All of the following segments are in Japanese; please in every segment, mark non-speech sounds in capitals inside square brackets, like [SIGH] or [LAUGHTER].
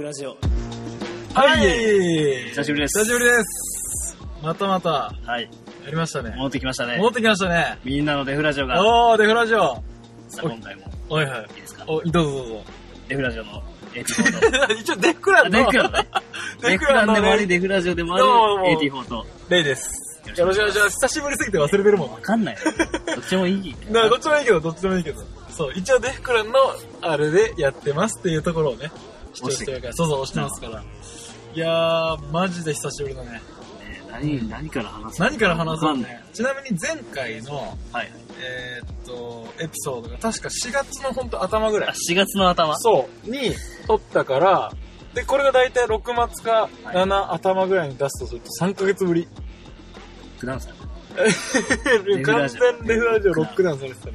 ラジオ。はい、久しぶりです。久しぶりです。またまた、はい。やりましたね。戻ってきましたね戻。ってきましたね。みんなのデフラジオが、おー、デフラジオ。さあ今回も、はいはいい。いですかお、どうぞどうぞ。デフラジオの84と。 [LAUGHS] 一応、デックラあンデの、フラのね。デデフフラランのでねもあり、デフラジオでもあどうもり、84と。レイです。よよろろししくおくお願願いいしします。久しぶりすぎて忘れてるもん。わかんない。どっちもいい。 [LAUGHS] などっちもいいけど、どっちでもいいけど。そう、一応デフクランのあれでやってますっていうところをね、主張してるから、そうそう、押してますから。いやー、マジで久しぶりだね。ね何、何から話す何から話そうわかんないね。ちなみに前回の、はい。えーっと、エピソードが確か4月のほんと頭ぐらあい。 4月の頭。そう、に撮ったから、で、これが大体6末か7頭ぐらいに出すとすると3ヶ月ぶり。九段さん。 [LAUGHS] 完フラジオ全レフラジオロックダウンされてたね。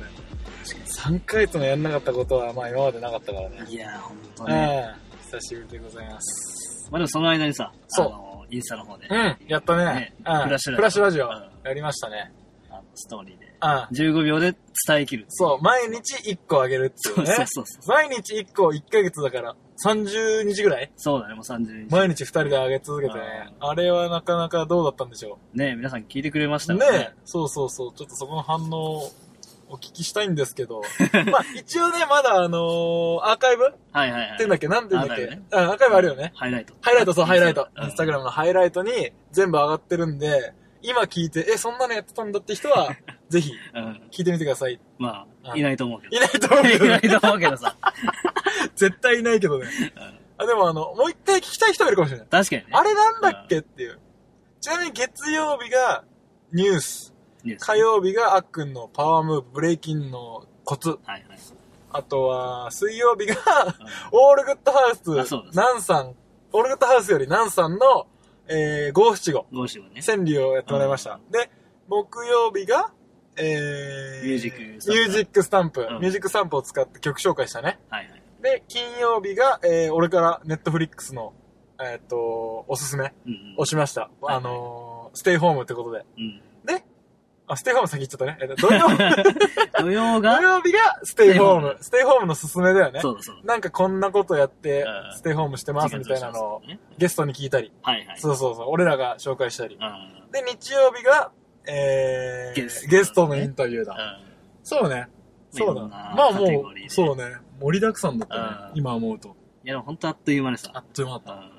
3ヶ月もやんなかったことは、まあ今までなかったからね。いやー、ほんとね。うん。久しぶりでございます。まあでもその間にさ、そうあのインスタの方で、うん、やったねね。うんフラッシュラジオフラッシュラジオうん。やりましたね。あのストーリーで、うん。 15秒で伝え切る。そう、毎日1個あげるっていうそうそねうそうそ。毎日1個1ヶ月だから、30日ぐらいそうだね、もう30日。毎日2人であげ続けてね。あれはなかなかどうだったんでしょね皆さん聞いてくれましう。たねかえ。そうそうそう。ちょっとそこの反応をお聞きしたいんですけ [LAUGHS] ど。まあ一応ね、まだあのーアーカイブっはいはいはい。て言うんだっけなんて言うんだっけあるようんねアーカイブあるよね。ハイライト。ハイライト、そう、ハイライト。うんインスタグラムのハイライトに全部上がってるんで、今聞いて、え、そんなのやってたんだって人 [LAUGHS] は、ぜひ、うん。聞いてみてください。まあ、うんいないと思うけど。いないと思うけいどないね。と思うけどさ。絶対いないけどね。あ、でもあの、もう一回聞きたい人もいるかもしれない。確かにね。あれなんだっけっていう。ちなみに月曜日がニュース。ニュース火。曜日があっくんのパワームーブ、ブレイキンのコツ。はいはい。あとは、水曜日が、オールグッドハあウそうでス、すナンさん、オールグッドハウスよりナンさんの、えー、五七五。ゴーシュね。川柳をやってもらいました。で、木曜日が、えー、ミュージックミュスタンプージックスタンプ。んミュージックスタンプを使って曲紹介したね。はいはい。で、金曜日が、えー、俺からネットフリックスの、えーっ、と、おすすめうんうん。をしました。はいあのー、ステイホームってことで。うん。で、あ、ステイホーム先言っちゃったね。えっと、土曜 [LAUGHS] 土曜土が、曜日がステイホームスステテイホー。ムイホームのすすめだよね。そうだそうなんかこんなことやってう、んステイホームしてだ。ますみたいなのを時間通しますねゲストに聞いたり、はいはい。そうそうそう、俺らが紹介したり。うん。で、日曜日が、えー、ゲストのインタビューだ。うそうね。そうだ。いろんなまあもカテゴリーでう、そうね。盛りだくさんだったねう。ん今思うと。んいや、でもほんとあっという間であさっ。という間だっうた。ん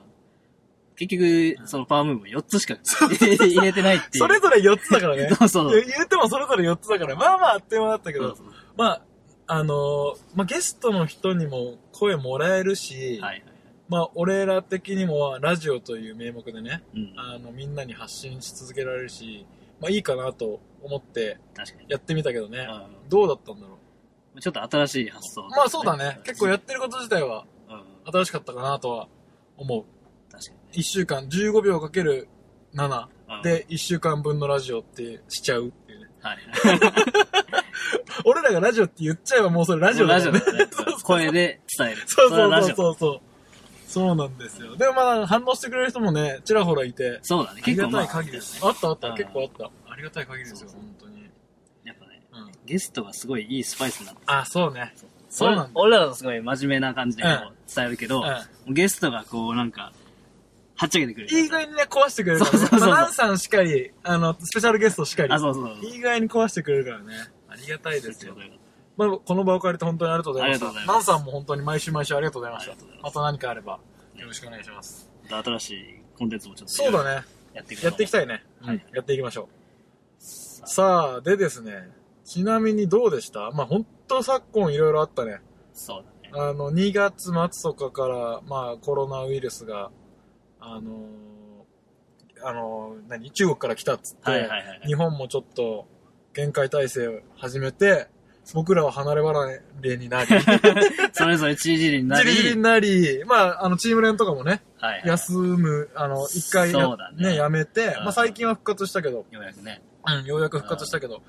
結局、そのパワームーブ4つしか [LAUGHS] 入れてないっていう。それぞれ4つだからね。そうそう言言うてもそれぞれ4つだから、まあまああっという間だったけそうど、そうまあ、あのーまあゲストの人にも声もらえるし、はいはい。まあ俺ら的にもラジオという名目でね、うん。あのみんなに発信し続けられるし、まあいいかなと思って確かに。やってみたけどね、うんどうだったんだろう。ちょっと新しい発想、まあそうだね。結構やってること自体はうん。新しかったかなとは思う。確か1に週間15秒かける7うん。で1週間分のラジオってしちゃうっていうね。はい。俺らがラジオって言っちゃえばもうそれラジオだラよジねオ。だね。声で伝える。 [LAUGHS] そうれそはうラそジうオそうそう。そうなんですよ。でもまあ反応してくれる人もね、ちらほらいて。そうだね。あり結が構またあ、い限りです。やあったあっうた。ん結構あった。ありがたい限りですよ、そう本当に。っぱね、うん。ゲストがすごいいいスパイスになって。あ、そうね。そうなんだ。俺らはすごい真面目な感じでこう伝えるけど、ゲストがこうなんか、はっちゃけてくれる。いい具合にね、壊してくれるからね。そうそうそうまあナンさんしかり、あの、スペシャルゲストしかり。あ、そうそうそう。いい具合に壊してくれるからね。ありがたいですよ。ありがまあ、この場を借りて本当にありがとうございました。ありがとうございますナンさんも本当に毎週毎週ありがとうございました。とうございまますた何かあれば、よろしくお願いします。また新しいコンテンツもちょっと。そうだね。やっていくやっていきい。たいね。はいうんやっていきましょう。さあ、でですね、ちなみにどうでしたまあ、本当昨今いろいろあったね。そうだね。あの、2月末とかから、まあ、コロナウイルスが、あのーあのー何中国から来たっつって、はいはいはい。日本もちょっと限界体制を始めて、僕らは離れ離れになり、それぞれチージリ [LAUGHS] になじり、りじりになり、まあ、あの、チーム連とかもね、はいはい。休む、あの、一回やそうだねねやめて、うんまあ、最近は復活したけど、ようやくね。うん、ようやく復活したけど、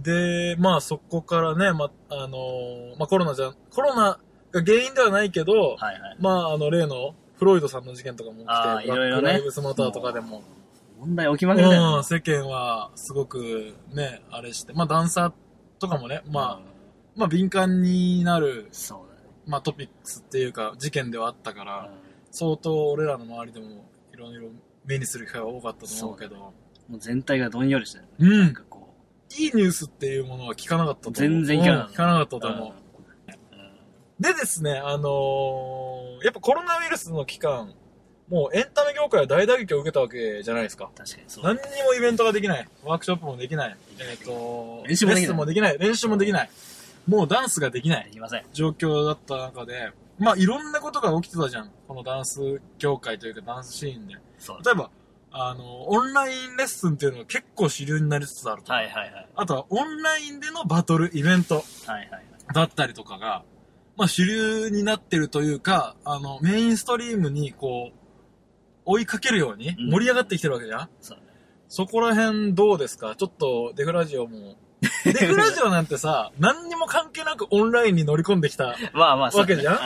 で、まあ、そこからね、まあ、あのーまあ、コロナじゃ、コロナが原因ではないけど、はいはい。まあ、あの、例の、フロイドさんの事件とかも起きて、あブーいろいラッろクねライブスマターとかでも、問題起きまくりだよね。うん、世間はすごくね、あれして、まあダンサーとかもね、まあ、あ、まあ敏感になる、そうだね。まあトピックスっていうか事件ではあったから、相当俺らの周りでもいろいろ目にする機会は多かったと思うけど、もう全体がどんよりしてる、うんなんかこいいニュースっていうものは聞かなかったと思う。全然聞かうなかったん聞かなかったう。と思う。うんでですね、あのーやっぱコロナウイルスの期間、もうエンタメ業界は大打撃を受けたわけじゃないですか。確かにそう。何にもイベントができない。ワークショップもできない。えっ、と、練習もできないレッスンもできない。練習もできない。もうダンスができないできません。状況だった中で、まあいろんなことが起きてたじゃん。このダンス業界というかダンスシーンで。そう。例えば、あの、オンラインレッスンっていうのが結構主流になりつつあると。はいはいはい。あとはオンラインでのバトルイベントはいはいはい。だったりとかが、まあ主流になってるというか、あの、メインストリームにこう、追いかけるようにうん盛り上がってきてるわけじゃん、そうね。そこら辺どうですかちょっとデフラジオも。デフラジオなんてさ、 [LAUGHS] 何にも関係なくオンラインに乗り込んできた。まあまあ、そう、ね。わけじゃう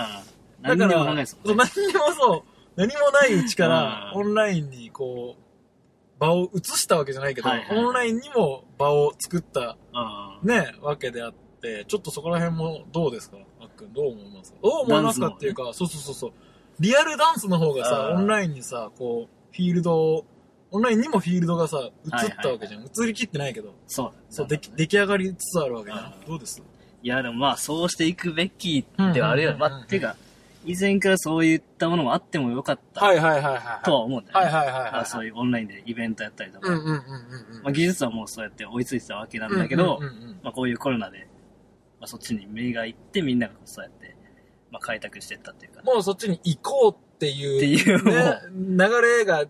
だん。か何にら、も考えないですそもうんね。何にもそう、何もないうちから、うオんンラインにこう、場を移したわけじゃないけど、はいはいオンラインにも場を作ったうん。ね、わけであって、ちょっとそこら辺もどうですかあっくん、どう思いますかどう思いますかダンスの方ねっていうか、そうそうそうそう。リアルダンスの方がさ、あーオンラインにさ、こう、フィールドを、オンラインにもフィールドがさ、映ったわけじゃん。映りきってないけど、そう。そう、でき出来上がりつつあるわけじゃんう。んどうですいや、でもまあ、そうしていくべきではあるようんね。うんまうんうんあ、っていうか、以前からそういったものもあってもよかったはいはいはいはい。とは思うんだよはいね。はいはいはいまあそういうオンラインでイベントやったりとうんか、うんうんうんうん。まあ技術はもうそうやって追いついてたわけなんだけどうんう、んうんまあこういうコロナで、まあそっちに目が行ってみんながそうやって、まあ開拓していったっていうか、もうそっちに行こうっていう、っていうもうね、流れが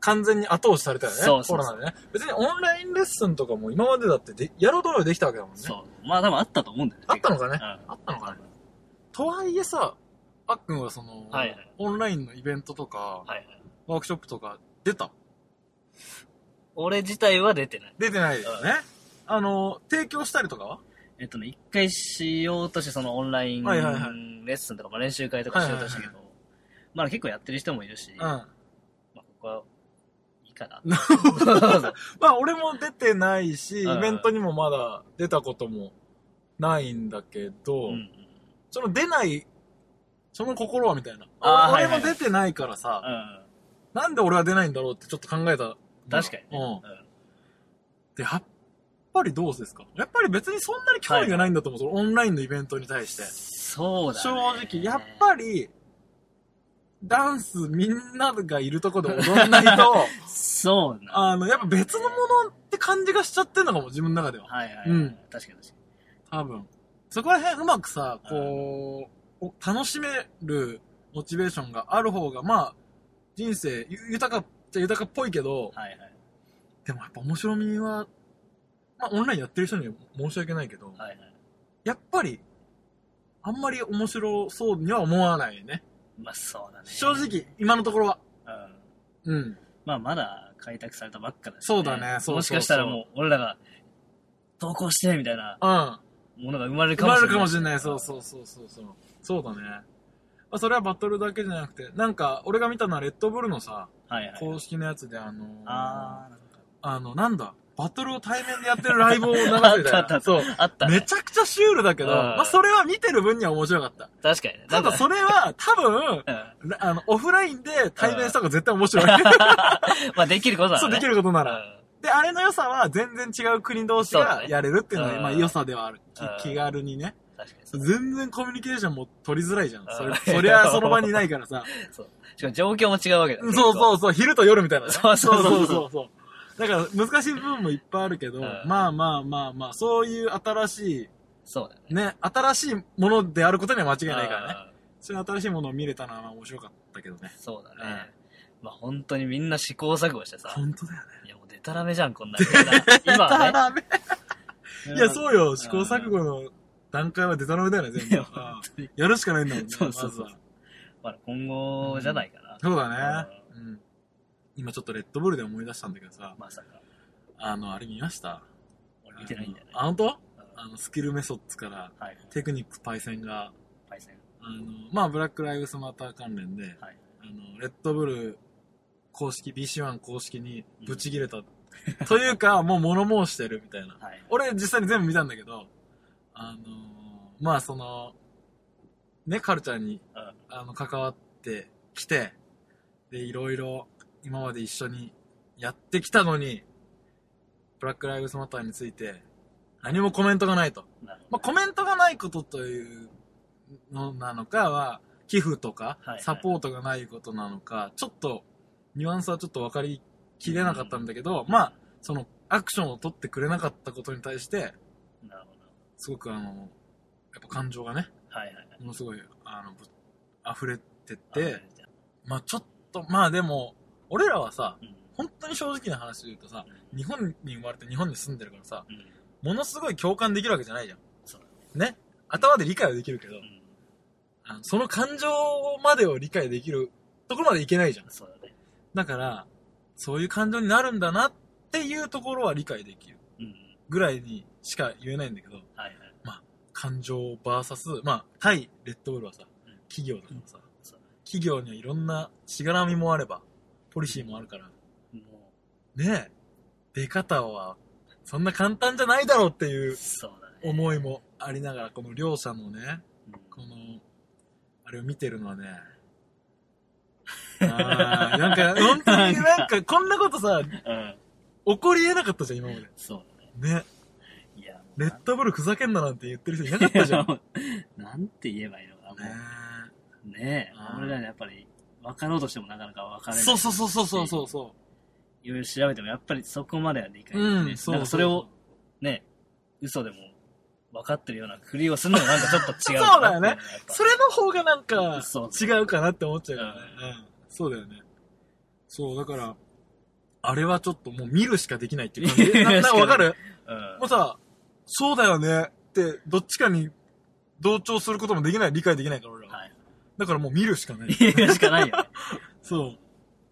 完全に後押しされたよね。そうそうそうコロナでね。別にオンラインレッスンとかも今までだってでやろうと思えばできたわけだもんね。そう。まあ多分あったと思うんだよね。あったのかね。うんあったのかね。とはいえさ、あっくんはその、はいはいオンラインのイベントとか、はいはい。ワークショップとか出た俺自体は出てない。出てないよね。あの、提供したりとかはえっとね、一回しようとして、そのオンラインはいはいはレッスンとか、まあ練習会とかしようとしたけど、まあ結構やってる人もいるし、うん。まあまここはいいか [LAUGHS] な。あ俺も出てないし、イうんベントにもまだ出たこともないんだけど、うんうんその出ない、その心はみたいな。あ俺ーはいはい俺も出てないからさ、うんなんで俺は出ないんだろうってちょっと考えた。確かにね。うん。うんで、やっぱりどうですかやっぱり別にそんなに興味がないんだと思う、そのオンラインのイベントに対して。そうだ正ね。直、やっぱり、ダンスみんながいるとこで踊んない [LAUGHS] と、そうな。あの、やっぱ別のものって感じがしちゃってんのかも、自分の中では。はいはいはい。うん確かに確かに。多分。そこら辺うまくさ、こう、お楽しめるモチベーションがある方が、まあ、人生ゆ豊かっちゃ豊かっぽいけど、はいはい。でもやっぱ面白みは、まあオンラインやってる人には申し訳ないけど、はいはい。やっぱり、あんまり面白そうには思わないね。まあそうだね。正直、今のところは。うん。うん。まあまだ開拓されたばっかだし、そうだねそうそうそうもしかしたらもう、俺らが、投稿してみたいなうん。ものが生まれる生かもましれるれない。かもしれない。そうそうそうそうそう。そうだね。まあ、それはバトルだけじゃなくて、なんか、俺が見たのはレッドブルのさ、はいはい。公式のやつで、あのーあー、なんかあの、なんだ、バトルを対面でやってるライブを流してたよ [LAUGHS] あったあったそう。あったねめちゃくちゃシュールだけど、うんまあ、それは見てる分には面白かった。確かにね。ただ、なんかそれは、多分、うんらあの、オフラインで対面した方が絶対面白い。まあできることだ [LAUGHS] ね。そう、できることなら。うんで、あれの良さは全然違う国同士そうだがねやれるっていうのが、うんまあ良さではある。うんき気軽にね。確かにそう。全然コミュニケーションも取りづらいじゃん。それ、うんそりゃその場にいないからさ。そうしかも状況も違うわけだ。そうそううそう、昼と夜みたいなね。そうそうそうそうそうそうだから難しい部分もいっぱいあるけど、うんまあまあまあまあ、そういう新しそうだね。い、ね、新しいものであることには間違いないからね。ね。そういう新しいものを見れたのはまあ面白かったけどね。そうだね。まあ本当にみんな試行錯誤してさ。本当だよね。いやもうデタラメじゃん、[LAUGHS] こんなんみたいな。今はね。いや、そうよ。試行錯誤の段階はデタラメだよね、全い部。うやんやるしかないんだもんね。そうそうそうまずはまあ今後じゃないかな。そうだね。うん。今ちょっとレッドブルで思い出したんだけどさ、まさか。あの、あれ見ました俺見てないんだよね。あ、本当？うんあの、スキルメソッドからはい。テクニックパイセンが、パイセン。あの、まあ、ブラックライブスマター関連で、はい。あの、レッドブル公式、BC1 公式にブチ切れた。という [LAUGHS] か、もう物申してるみたいな。はい。俺実際に全部見たんだけど、あのーまあその、ね、カルチャーに、うんあの、関わってきて、で、いろいろ今まで一緒にやってきたのに、ブラックライブズマターについて何もコメントがないと。なるほまあ、コメントがないことというのなのかは、寄付とかはいはいサポートがないことなのか、ちょっとニュアンスはちょっと分かりきれなかったんだけど、まあ、そのアクションを取ってくれなかったことに対して、ど。なるほすごくあの、やっぱ感情がね、ど。はいはいはい。ものすごい、あの、ぶ溢れてあて、、まあちょっと、まあでも、俺らはさ、うん。うん本当に正直な話で言うとさ、日本に生まれて日本に住んでるからさ、うん。ものすごい共感できるわけじゃないじゃん。そうね頭で理解はできるけど、だね。うん。あのその感情までを理解できるところまでいけないじゃん。そうだね。だから、そういう感情になるんだなっていうところは理解できるうん。ぐらいにしか言えないんだけど、はいはい。感情 VS、まあ、対レッドブルはさうん、企業だからさ、そう企業にはいろんなしがらみもあれば、ポリシーもあるから、もねえ、出方は、そんな簡単じゃないだろうっていうう、そうだね。思いもありながら、この両者のね、うん。この、あれを見てるのはね、 [LAUGHS] あーなんか、本当になんか、こんなことさ、うん。起こり得なかったじゃん、今まで。そうだね。ね、いや、もうレッドブルふざけんななんて言ってる人いなかった [LAUGHS] じゃん。ねもうなんて言えばいいのかな、もえう。ねえう、ん俺らねやっぱり、分かろうとしてもなかなか分かれない。そうそうそうそうそうそうそいろいろ調べても、やっぱりそこまでは理解う。できない。うん、そうなんかそれを、ね、嘘でも分かってるようなふりをするのもなんかちょっと違うかな。そうだよね。 [LAUGHS] それの方がなんかそう違うかなって思っちゃうからね。うん。そうだよね。そう、だから、あれはちょっともう見るしかできないっていう感じ。 [LAUGHS] な、な、わかるうん。もうさ、そうだよねって、どっちかに同調することもできない、理解できないから俺らは。はい。だからもう見るしか [LAUGHS] ない。言うしかないよね。そう。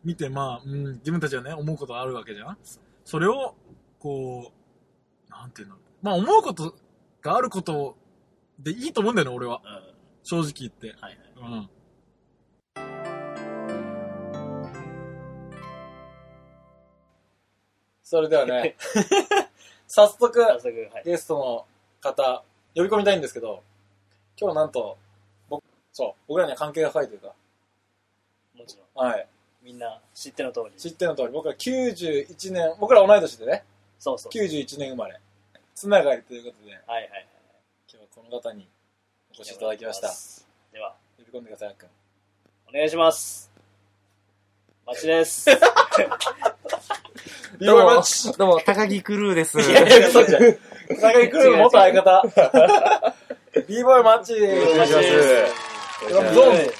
見て、まあ、うん、自分たちはね、思うことあるわけじゃんそうそれを、こう、なんていうのまあ、思うことがあることでいいと思うんだよね、俺は。うん。はい正直言って。はい。うん。それではね、 [LAUGHS] 早速、早速、はい。ゲストの方、呼び込みたいんですけど、今日なんと、僕、そう、僕らには関係が深いというか、もちろん、はい。みんな知っての通り。知っての通り、僕ら91年、僕ら同い年でね、そうそう。 91年生まれ、つながりということで、今はいはいはい。日はこの方にお越しいただきました。。では、呼び込んでください、あっくん。お願いします。マ [LAUGHS] チです。どういやもマジ、どうも、高木クルーです。いやいやそうじゃん。高木くる元相 [LAUGHS] 方。b ボーイマッチ。お願いしますゾーン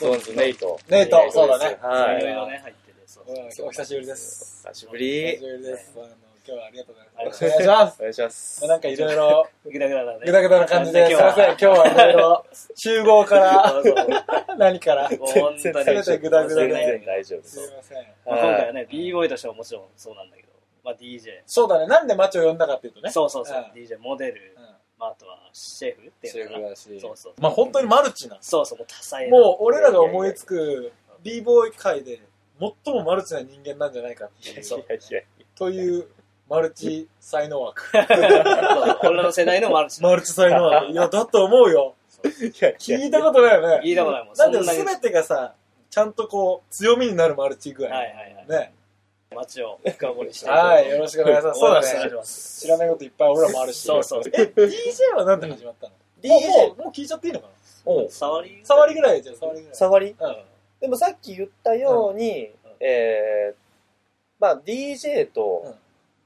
ゾーンズネイト。ネイトネイトですそうだね。はいい。ろいろね、入ってて、そうそう。うんお久しぶりです。。久しぶお久りし。ぶりです。あの今日はありがとうございます。おはい願いしますお。願いしますまあ。なんかいろい [LAUGHS] ろ、グダグダだね。ぐだぐだな感じで、すい今日ません、今日はいろい [LAUGHS] ろ、集合かは [LAUGHS] ら、そうそう何から、すいもう本当に。全然グダグダで全然大丈夫です。ません。まあ、今回はね、b ボーイとしてももちろんそうなんだけど、まあ、DJ、そうだね、なんでマッチを呼んだかっていうとね。そうそうそう、う DJ モデル、うんまあ、あとはシェフっていうのかな。だしそうそう。まあ本当にマルチな。そうそう、もう多彩な。もう俺らが思いつく、b ボーイ界で、最もマルチな人間なんじゃないかっていう。そういやいやいというマルチ才能枠。そう俺らの世代のマル [LAUGHS] チ。マルチ才能枠。いや、だと思うよ。やいや聞いたことないよね。聞いたことないもんなんでそんなに全てがさ、ちゃんとこう、強みになるマルチ具合。はいはいはい。ね。街を深掘りして。はい、よろしくお願いします。そうお願いだしね。ます。知らないこといっぱい俺らもあるし。そうそう。え、DJ はなんで始まったのもう、もう聞いちゃっていいのかなおう触り触りぐらいじゃん、触りぐらい。触りうん。でもさっき言ったよううにんうん、えー、まあ DJ うとん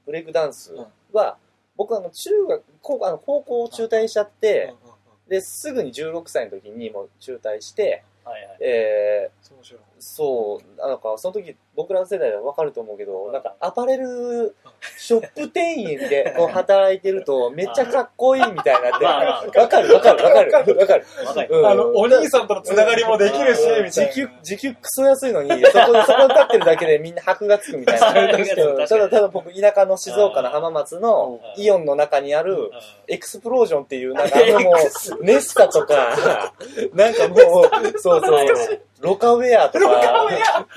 ブレイクダンスうんは、僕あの中学、高あの高校を中退しちゃっうんて、うんうんで、すぐに16歳の時にもう中退して、はいはい。えー、そう面白いそう、なんか、その時、僕らの世代はわかると思うけど、なんか、アパレルショップ店員で [LAUGHS] こう働いてると、めっちゃかっこいいみたいになって、まあまあわかるわかるわかるわかる。わかる若い。うんあの、お兄さんとのつながりもできるし、うんみたいな。時給、時給クソ安いのに、そこ、そこに立ってるだけでみんな箔がつくみたいな。箔がつく確かうにんただ、ただ僕、田舎の静岡の浜松のうんイオンの中にある、うんエクスプロージョンっていう、なんかあ [LAUGHS] のもう、ネスタとか、なんかもう、 [LAUGHS] そうそう、ロカウェアとか、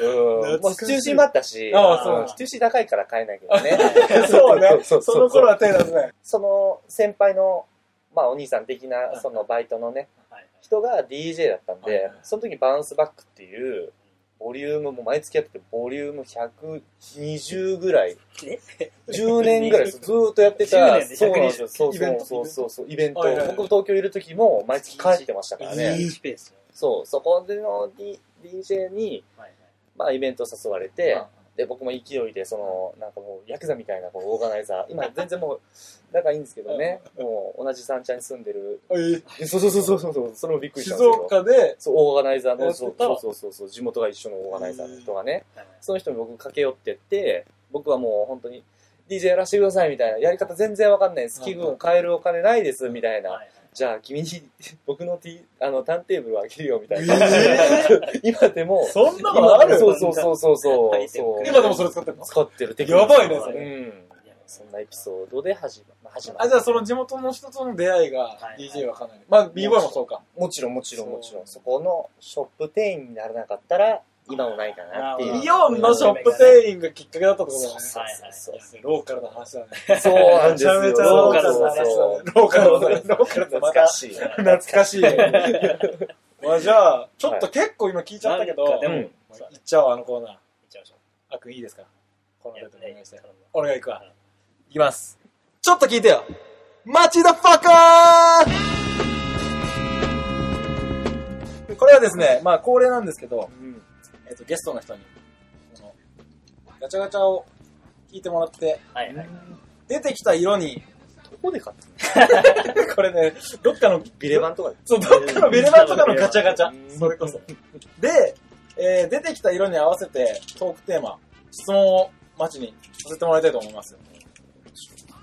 うん、も懐うかしいシチューシーもあったし、ああそうなんだシチューシー高いから買えないけどね。 [LAUGHS] そうね。そそうそうの頃は手出せない。その先輩の、まあお兄さん的うな、んそのバイトのね、はいはい人が DJ だったんはいはでい、その時バウンスバックっていう、ボボリューム、もう毎月やってて、ボリューム120ぐらい。え10年ぐらいです。ずーっとやって10た。年で120そうなんですよ。そうイベントそうそうそう、イベント。はいはいはい僕東京いる時も、毎月帰ってましたからね。いいスペース。そう、そこでの D- DJ に、まあイベント誘われて、で、僕も勢いで、その、なんかもう、ヤクザみたいな、こう、オーガナイザー。今、全然もう、仲いいんですけどね。もう、同じ三茶に住んでる。ええそうそうそうそうそうそう、それもびっくりした静んですけど。岡で、そう、オーガナイザーやの、ってそうたそうそうそうそう、地元が一緒のオーガナイザーの人がね、その人に僕駆け寄ってって、僕はもう本当に、DJ やらせてくださいみたいな、やり方全然わかんないです。器具を変えるお金ないです、みたいな。じゃあ君に、僕の T、あの、ターンテーブルをあげるよ、みたいな。今でも、そんなの今あでるもそうそうそうそうそう。そう今でもそれ使ってるの使ってるテやばいねそそれうん。そんなエピソードで始ま、始まあ、じゃあその地元の人との出会いがはい DJ はかなり。まあ、b ボーイもそうか。もちろんもちろんもちろん。そそこのショップ店員にならなかったら、今もないかなっていあう。ーイオンのショップ店員がきっかけだったってことだね。そうそういそうやローカルな話だね。そうなんめですちゃよ。めちゃそローうカルなそ話うだねそう。。ローカルな話。ローカルな懐かしい。懐かしい [LAUGHS] ね。まあじゃあ、ちょっと結構今聞いちゃったけど、なんかもでううも行っちゃおう、あのコーナー。いあっくんいいですかこのレッドお願いして。や俺が行くわ。行きます。ちょっと聞いてよ。マチダファカーこれはですね、まあ恒例なんですけど、うんえっと、ゲストの人に、この、ガチャガチャを聞いてもらって、はいはい。出てきた色に、どこで買った [LAUGHS] これね、どっかの、ビレバンとかで。そう、どっかのビレバンとかのガチャガチャ。それこそ。で、えー出てきた色に合わせてトークテーマ、質問を街にさせてもらいたいと思います。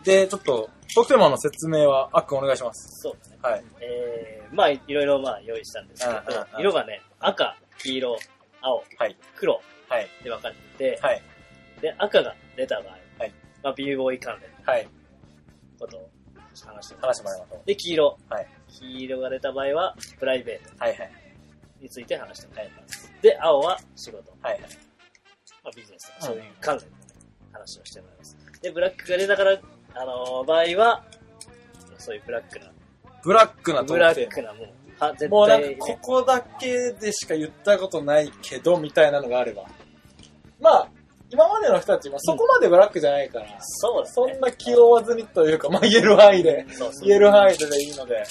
で、ちょっと、トークテーマの説明は、あっくんお願いします。そうですね。はい。えー、まあ、いろいろまあ用意したんですけどうんうんう、ん色がね、赤、黄色、青、はい黒はい。で分かれてて、はい。で、赤が出た場合、はいまあ、ビーボーイ関連のはい。ことを話してもらいま話しすてもらいましょう。で、黄色。はい黄色が出た場合は、プライベートはいはい。について話してもらいます。で、青は仕事、はいはい。まあ、ビジネスとか、そういう関連の話をしてもらいます。で、ブラックが出たから、あのー場合は、そういうブラックな、ブラックなトブーラクテッーマ。クなもう、は、絶対、もうなんか、ここだけでしか言ったことないけど、みたいなのがあれば。まあ、今までの人たちはそこまでブラックじゃないから、そうですそねん。な気負わずにというか、まあ言える範囲で、そうそう言える範囲ででいいので、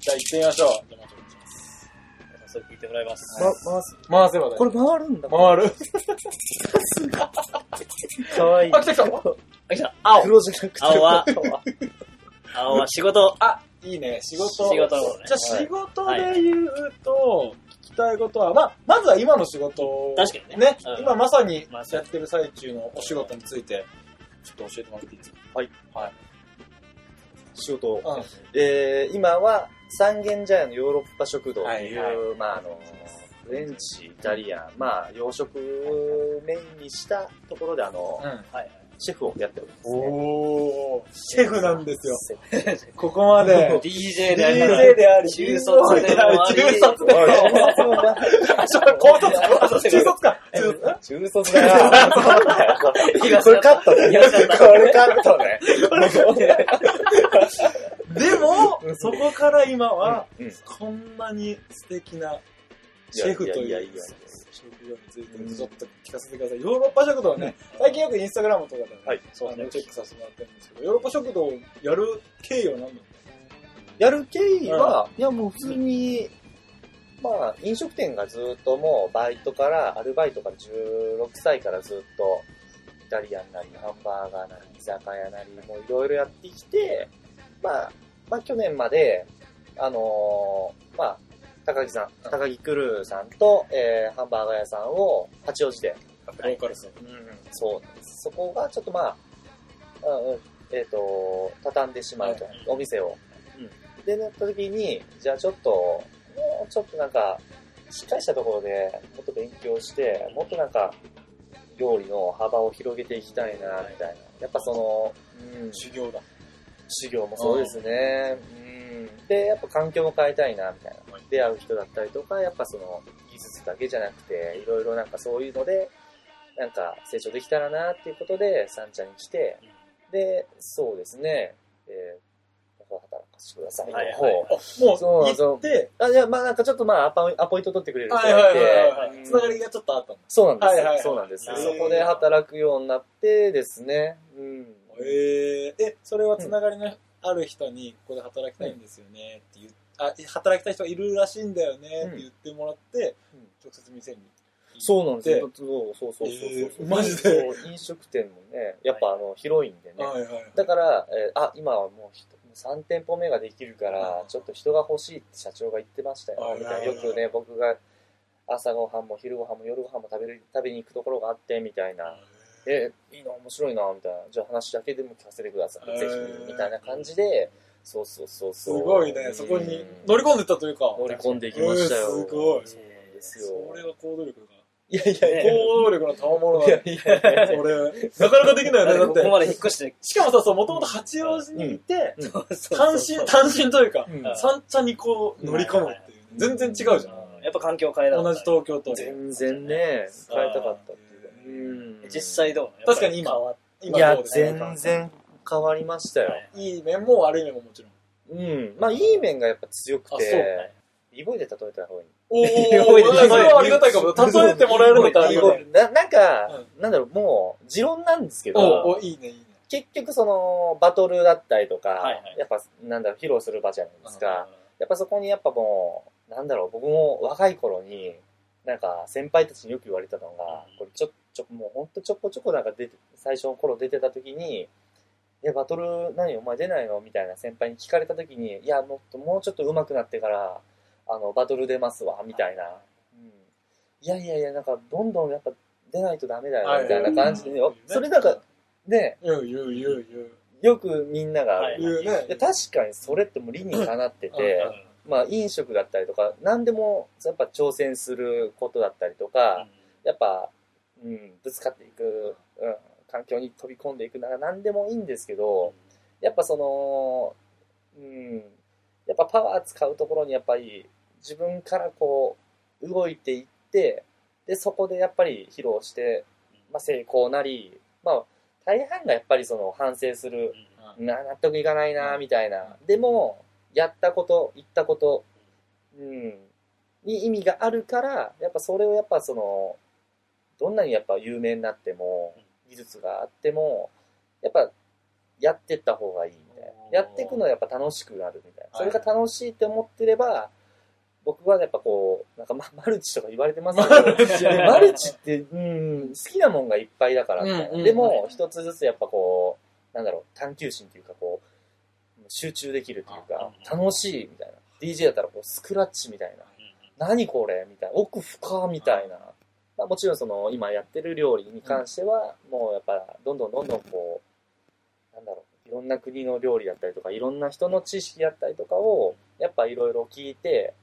じゃあ行ってみましょう。皆さんそれ聞いてもらいます。ま、回す。回せばだこよれ回るんだ。回る。かわいいあ、。来た来た。あ、来た青。黒じゃなくて。青は、青は仕事。あ、いいね。仕事。仕事の方ねじゃあ仕事で言うと、聞きたいことは、まあ、まずは今の仕事を確かにねねう。ん今まさにまさやっにてる最中のお仕事について、ちょっと教えてもらっていいですかはい。はい。仕事を。うん。えー、今は、三軒茶屋のヨーロッパ食堂とはいいう、はまああの、フレンチ、イタリアン、まあ洋食をメインにしたところで、あの、うん。はい。シェフをやっております、ね。おー、シェフなんですよ。すよ。ここ [LAUGHS] まで。 DJ でありながら DJ であり、中卒でもあり中卒でもあり。あ、ちょ、高卒、高卒中卒か。中卒だな。これカットね。いらっしゃったこれカットね。でも、そこから今は、うんこんなに素敵なシェフといやいやいいやういや職業について、うんちょっと聞かせてください。ヨーロッパ食堂はね、最近よくインスタグラムとかでね、はいそうあのチェックさせてもらってるんですけど、ヨーロッパ食堂をやる経緯は何なのやる経緯は、いやもう普通に、まあ飲食店がずっともうバイトから、アルバイトから16歳からずっと、イタリアンなり、ハンバーガーなり、居酒屋なり、もういろいろやってきて、まあ、まあ去年まで、あのーまあ、高木さん、高木クルーさんと、えーハンバーガー屋さんを八王子でローカルさん。うん、そうなんです。そこがちょっとまあ、うんうん、えっ、と、畳んでしまうと、はいお店を。うんで、なった時に、じゃあちょっと、もうちょっとなんか、しっかりしたところでもっと勉強して、もっとなんか、料理の幅を広げていきたいな、みたいな。やっぱその、うん、修行だ。修行もそうですね。うん。で、やっぱ環境も変えたいな、みたいな。出会う人だったりとか、やっぱその、技術だけじゃなくて、いろいろなんかそういうので、なんか成長できたらな、っていうことで、三茶に来て、で、そうですね、えー、ここ働してくださいのはいはい方はいもう、そうそう行って、あ、じゃあ、まあなんかちょっとまあアポイ、アポイント取ってくれる人がはいいて、はいはいはうい。んつながりがちょっとあったの。そうなんです、はいはいはいそうなんです、はいそこで働くようになってですね、うん。えー、え、それはつながりのある人に、ここで働きたいんですよねって言う、あ、働きたい人がいるらしいんだよねって言ってもらって、うん直接店に。そうなんですでよ。そうそうそうそうそう、えーマジでそう飲食店もね、やっぱあの、広いんでね。はいはい。だから、えーあ、今はもうひと3店舗目ができるからう、んちょっと人が欲しいって社長が言ってましたよ、あみたいなな。るよほどくね、僕が朝ごはんも昼ごはんも夜ごはんも食べる食べに行くところがあって、みたいな。え、いいな、面白いな、みたいな。じゃあ話だけでも聞かせてください。ぜうんひ、みたいな感じで、そうそうそうすそう。ごいね、そこうにん乗り込んでったというか。乗り込んでいきましたよ。えーすごいそうなんですよ。それは行動力が。いやいやいや。行動力の賜物だいやね。いや [LAUGHS] いやそれ、なかなかできないよね、だここって。まで引っ越して、しかもさ、そう、もともと八王子にいて、単単身、単身というかうん、三茶にこう乗り込むっていう。全然違うじゃん。やっぱ環境を変えた同じ東京と。全然ね、変えたかったっていうかううん。実際どう確かに今変わっいやど、うですか全然変わりましたよ。いい面も悪い面ももちろん。うん。まあ、いい面がやっぱ強くあそうて、リボイで例えた方がいい。おお、[LAUGHS] おー [LAUGHS] それはありがたいかも。例えてもらえるのとありリがボたイい。 [LAUGHS] ななんか、うなんだろう、もう、持論なんですけおど、お、いいね、いいね。結局その、バトルだったりとはいかはい、やっぱ、なんだろう、披露する場じゃないですたか。やっぱそこにやっぱもう、なんだろう、僕も若い頃に、なんか先輩たちによく言われたのが、これちょ、ちょ、もうほんとちょこちょこなんか出て、最初の頃出てた時に、いや、バトル何お前出ないのみたいな先輩に聞かれた時に、いや、もっと、もうちょっと上手くなってから、あの、バトル出ますわ、みたいな。うんいやいやいや、なんかどんどんやっぱ出ないとダメだよ、みたいな感じで、はいそれなんか、ね、言う、言う、言う、よくみんなが、はいい言う。言うね。や確かにそれってもう理にかなってて、まあ、飲食だったりとか、何でもやっぱ挑戦することだったりとか、やっぱ、うん、ぶつかっていく、うん、環境に飛び込んでいくなら何でもいいんですけど、やっぱその、うん、やっぱパワー使うところにやっぱり自分からこう動いていって、で、そこでやっぱり披露して、まあ、成功なり、まあ、大半がやっぱりその反省するな納得いかないなみたいな、でもやったこと言ったこと、うん、に意味があるからやっぱそれをやっぱそのどんなにやっぱ有名になっても技術があってもやっぱやってった方がいいみたいおーなやっていくのはやっぱ楽しくなるみたいはなそいれが楽しいって思ってれば僕はやっぱこうなんかママルチとか言われてますマけ [LAUGHS] どルチでマルチって、うん、好きなもんがいっぱいだからみたいな、うんうんでも、一つずつやっぱこう、なんだろう、探求心というか、こう、集中できるというか、楽しいみたいな。DJ だったら、こう、スクラッチみたいな。何これみたいな。奥深みたいな。まあ、もちろん、その、今やってる料理に関しては、もうやっぱ、どんどんどんどんこう、なんだろう、いろんな国の料理だったりとか、いろんな人の知識だったりとかを、やっぱいろいろ聞いて、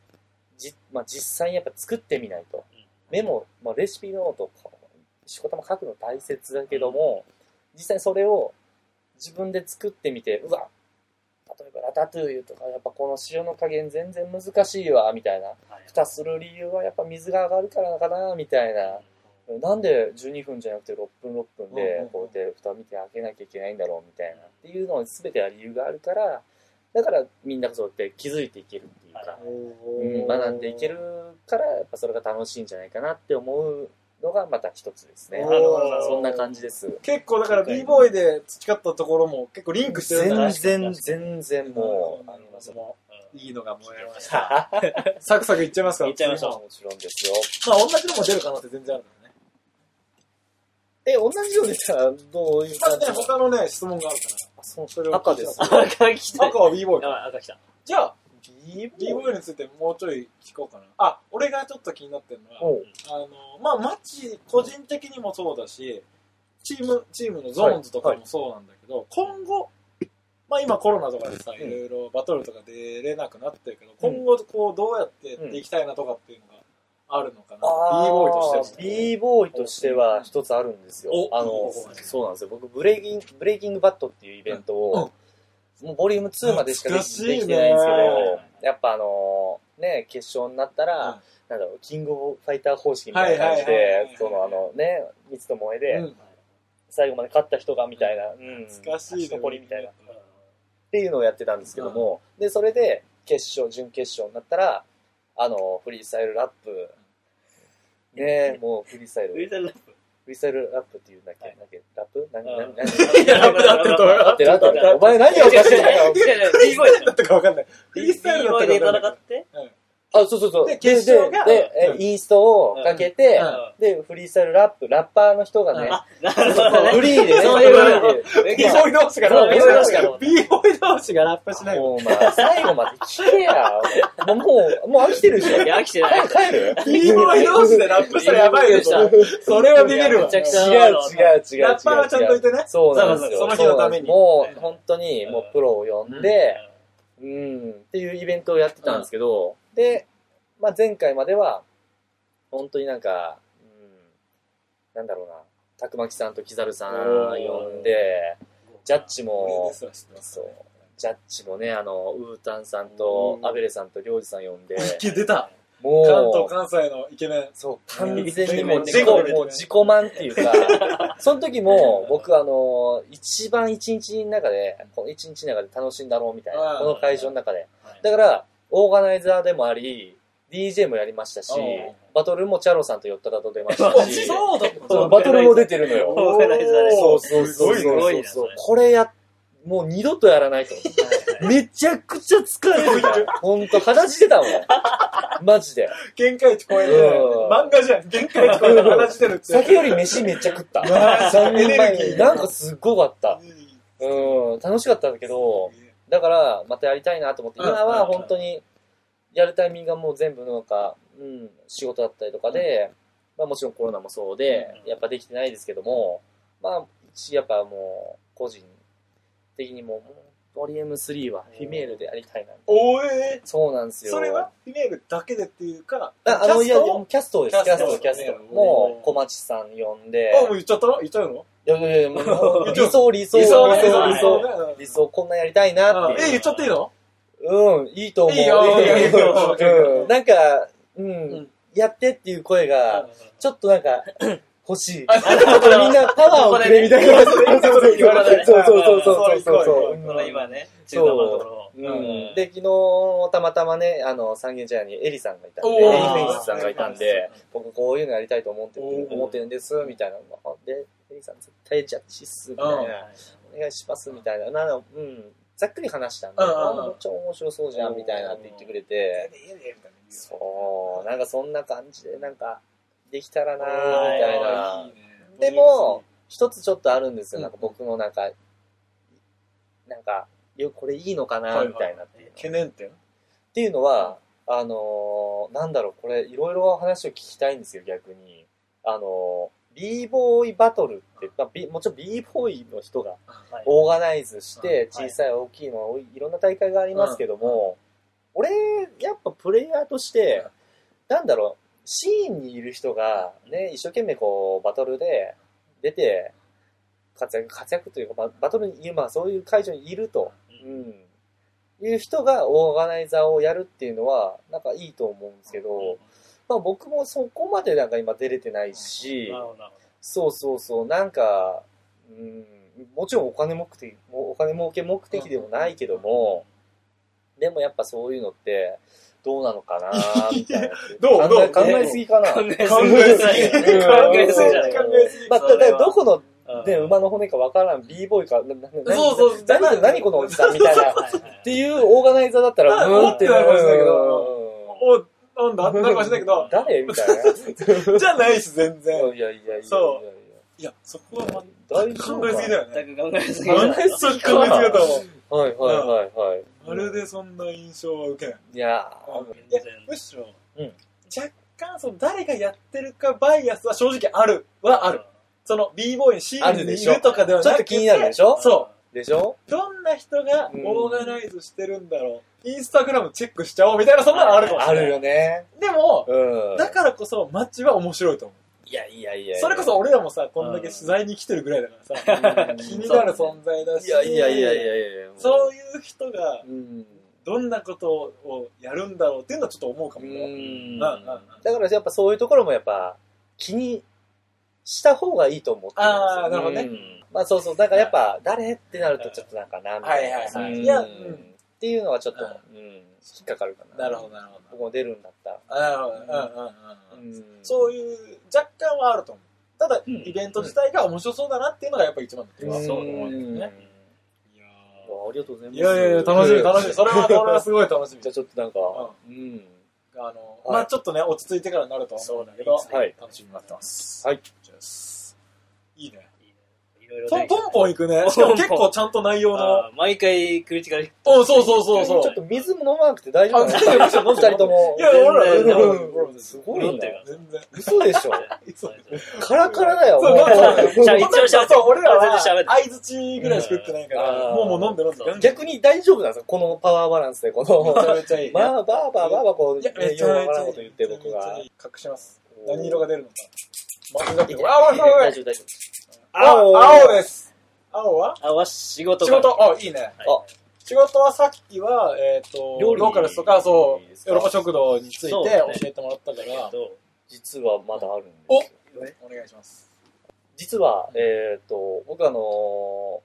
じまあ、実際にやっぱ作ってみないと。メモ、まあ、レシピノート、しこたま書くの大切だけども、実際それを自分で作ってみて、うわ、例えばラタトゥーユとか、やっぱこの塩の加減全然難しいわ、みたいな。蓋する理由はやっぱ水が上がるからかな、みたいな。なんで12分じゃなくて6分6分うんうんうでんこうやって蓋見て開けなきゃいけないんだろうみたいなっていうのは全ては理由があるからだからみんなそうやって気づいていけるっていうか、うん、学んでいけるからやっぱそれが楽しいんじゃないかなって思うのがまた一つですねおーそんな感じです結構だから b ボーイで培ったところも結構リンクしてるんだ全ね然全然もうああのりままあそすのいいのが燃えましたはサクサクいっちゃいますからいっちゃいましょうもちろんですよまあ同じのも出る可能性全然あるからねえ同じようでしたらどういうま感ずじね他のね質問があるかあそうらそれを赤です赤来た。赤は b ボーイやばい、赤来た。じゃあ b b ボーイについてもうちょい聞こうかなあ俺がちょっと気になってるのはおうあのまあマッチ個人的にもそうだしチームチームのゾーンズとかもそうなんだけど、今後まあ今コロナとかでさ、うんいろいろバトルとか出れなくなってるけど、うん今後こうどうやってやっていきたいなとかっていうのがあるのかな、あ b ボーイとしては b ボーイとしては一つあるんですよ。おあの、そうなんですよ。僕、ブレイキング、ブレイキングバットっていうイベントを、もうボリューム2までしかで懐かしいねできてないんですけはど、やっぱあの、ね、決勝になったうんら、なんだろう、キングオブファイター方式みたいな感じはいはいはいはでい、そのあのね、三つともえで、うん最後まで勝った人がみたいな、うん懐かしいね勝ち残りみたいな。っていうのをやってたんですけども、で、それで、決勝、準決勝になったら、あの、フリースタイルラップ、ねえ、もうフリースタイル、フリーフザラップ。リースタイルラップっていうんだっけ、はいなんだっけ、ラップ何、うん何、 [LAUGHS] 何、ラップだってると思うラップラップラップお前何をおかしいんだ [LAUGHS] よ。 B ボイだったかわかんない。フリースタイルだったかでわかん戦ない。って、あ、そうそうそう。で決勝がで、でうんえインストをかけて、で、フリースタイルラップ、ラッパーの人がね、あ、なるほそうどね。フリーでね、そういうこフリーで b ボーイ同士がラップ B しボーイな同士がい。b ボーイ同士がラップしない。もう、まあ、最後まで聞けや。もう、もう、もう飽きてるでしょ。いや、飽きてない。早く帰る b ボーイ同士でラップしたらやばいでしょ。それはビビるわ。めちゃくち違ゃう違う違う違う。ラッパーはちゃんといてね。 [LAUGHS] そうなんですよ。そうそうその日のためにそうなんですもう、本当に、もうプロを呼んで、うん、っていうイベントをやってたんですけど、で、まあ、前回までは、本当になんか、うん、なんだろうな、たくまきさんときざるさん呼んで、ジャッジ俺もで、すら知ってますそう、ジャッジもね、あの、ウータンさんと、うんアベレさんと、りょうじさん呼んで、一気出た。もう、関東、関西のイケメン。そう、完全にもううん自己、もう自己満っていう [LAUGHS] か、その時も僕あの、一番一日の中で、この一日の中で楽しんだろうみたいな、この会場の中で。だから、オーガナイザーでもあり、DJ もやりましたしうん、バトルもチャロさんとヨッタカと出ましたし、そうだった [LAUGHS] そうバトルも出てるのよ。オーガナイザーでそうそうそうすごそいうなそそうれ。これや、もう二度とやらないと。めちゃくちゃ疲れて [LAUGHS] た。ほんと、話してたもん。マジで。限界値超えて、うん漫画じゃん。限界値超えて話してるって。酒より飯めっちゃ [LAUGHS] 食った。3年エネル前ギに。ーなんかすっごかった。うん、楽しかったんだけど、だからまたやりたいなと思って、うん今は本当にやるタイミングがもう全部なんか、うん、仕事だったりとかで、まあもちろんコロナもそうで、やっぱできてないですけども、まあ、一やっぱもう個人的にも、もうボリューム3はフィメールでやりたいな。おえそうなんですよ。それはフィメールだけでっていうか、ああの、いキャや、スいトやをキャストです、キキャスャストト、キャスうんト。もう、小町さん呼んで、あ、もう言っちゃったの言っちゃうのいやいやいや、もう理想、理想、理理想、想理ね、想、理理想想。ね。理想こんなやりたいなうっんてえ、いう。言っちゃっていいのうん、いいと思う。いいよいいよいいようんなんか、ううんん、やってっていう声が、ちょっとなんか、欲しい。みんあなパワーをくれみたいな。そうそうそう言われてそうそうそうそうそうそう。この今ね、中そう盤のところ。うんで、昨日、たまたまね、あの、三軒茶屋にエリさんがいたんで、エおリーフェイスさんがいたんで、僕こういうのやりたいと思っておー思ってるんです、みたいなのが。で、エリさん絶対ジャッジっす、みたいな。お願いします、みたいな。なの、うん。ざっくり話したんで、うんうんうんあめっちゃ面白そうじゃん、みたいなって言ってくれて、そう、なんかそんな感じで、なんか、できたらなーみたいな。でも、一つちょっとあるんですよ。なんか僕のなんか、なんか、よ、これいいのかなはいはいみたいなっていうの。懸念点っていうのは、あのーなんだろう、これ、いろいろ話を聞きたいんですよ、逆に。あのー、b ボーイバトルって、まあ、B- もちろん b ボーイの人がはいオーガナイズして、うんは小いさい大きいの、いろんな大会がありますけども、俺、やっぱプレイヤーとして、なんだろう、シーンにいる人が、ね、一生懸命こう、バトルで出て、活躍、活躍というか、まあバトルに、まあそういう会場にいると、うん、いう人がオーガナイザーをやるっていうのは、なんかいいと思うんですけど、まあ僕もそこまでなんか今出れてないし、なるほどなるほそうそうそう、なんか、うん、もちろんお金目的、お金儲け目的でもないけども、でもやっぱそういうのって、どうなのかなみたいな。どうどう考え考えすぎかなど。考え考すえぎじゃないすぎうん考えすぎじゃない考えすぎまあ、そたれだはどこの、うんね、馬の骨かわからん、b ボーイか、なななそうそうそう何何何このおじさんみたいな。はいはいっていうオーガナイザーだったら、うんうんってなるんだけど、お、なんだなんかもしないけど、誰みたいな。じゃないし、全然。いやいやいやいや。。そういや、そこはま大丈夫考えすぎだよね。全く考えすぎじゃない考えすぎ考えすぎだと思う。はいはいはいはい。まるでそんな印象は受けない。いやいや、むしろ、うん若干、その、誰がやってるかバイアスは正直ある、はある。その、b ボーイにシあーンるにでいしょるとかでは [LAUGHS] ーちょなっくとて、気になるでしょそでしょう。どんな人がうんオーガナイズしてるんだろう。インスタグラムチェックしちゃおうみたいな、そんなのあるかもしあれない。るよね。でも、うん。だからこそ、マッチは面白いと思う。いやいやいやいや。それこそ俺らもさ、こんだけ取材に来てるぐらいだからさ、うん、気になる存在だし、いやいやいやいやいや。そういう人が、うん。どんなことをやるんだろうっていうのはちょっと思うかもうね。ん。うんうんうんだからやっぱそういうところもやっぱ気にした方がいいと思ってるんですよあーなるほどねうんまあそうそう。だからやっぱ、誰ってなるとちょっとなんかな、みたいな。はいはいはいうんいやうんっていうのはちょっと、うん引っかかるかな。なるほど、なるほ僕も出るんだったら。ど。なるほど。うんうんうん。んそういう、若干はあると思う。ただ、んイベント自体が面白そうだなっていうのがやっぱ一番のうんそう思うんですね。いやありがとうございまいす。やいやいや、楽しみ、楽しみ。それは、それはすごい楽しみじ。ゃあちょっとなんか、うん。あの、はいまあちょっとね、落ち着いてからになるとは思うんだけど、ねはい楽しみになってます。はい。いいね。いろいろトでンポンポン行くね。しかも結構ちゃんと内容の。あー毎回クリティカルヒッうん、そうそうそうちそょっと水も飲まなくて大丈夫なあいやいやの二人とも。いや俺らうんすごい飲んでねる。う。全然。嘘でしょ。トそうカラカラだよ。そうそうじゃあ一応喋ってそう俺らは全然喋って相づちぐらいしか食ってないから、うんもうもう飲んで飲んで。 [LAUGHS] 逆に大丈夫なんですかこのパワーバランスで、こめちゃの。めちゃいい。まあ、ばあばあばあばこう、いや、めねちよゃめうわちかゃいらい。んこと言って僕が。隠します。おー何色が出るのか。真ん中にあ、ごめんごめん大丈夫大丈夫。青、青青です。青はあわ仕事仕が事、あ、いいね。は仕事はさっきは、えっ、と、料理ローカルスとか、そう、ですかヨーロッパ食堂についてそ教うですねえてもらったかいえらっ、と実はまだあるんですよ。お願いします。実は、えっと、僕あの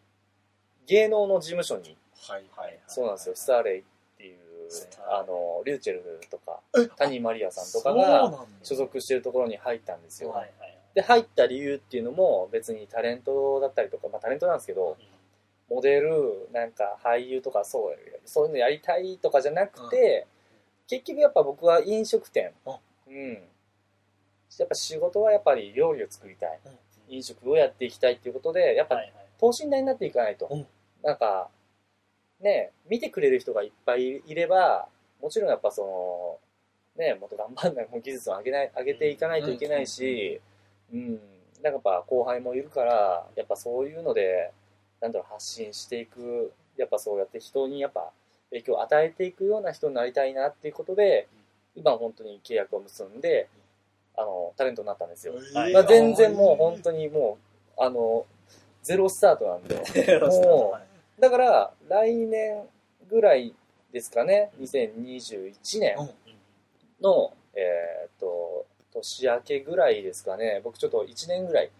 ー、芸能の事務所に、はい、はい。そうなんですよ、スターレイっていうスタ、ーあの、リューチェルとかえ、谷まりやさんとそかうなんがだ。所属してるところに入ったんですよ。はいはいで、入った理由っていうのも別にタレントだったりとか、まあタレントなんですけど、モデル、なんか俳優とかそう、そういうのやりたいとかじゃなくて、結局やっぱ僕は飲食店あ。うん。やっぱ仕事はやっぱり料理を作りたいうん。飲食をやっていきたいっていうことで、やっはぱいはい等身大になっていかないと。うんなんか、ね、見てくれる人がいっぱいいれば、もちろんやっぱその、ね、もっと頑張んない、もう技術を上げない、上げていかないといけないし、うん、なんかやっぱ後輩もいるから、やっぱそういうので、なんだろう、発信していく、やっぱそうやって人にやっぱ影響を与えていくような人になりたいなっていうことで、今本当に契約を結んで、あの、タレントになったんですよ。はいまあ、全然もう本当にもう、あの、ゼロスタートなんで。 [LAUGHS] もう、だから、来年ぐらいですかね、2021年の、えーっと、年明けぐらいですかね、僕ちょっと1年ぐらい、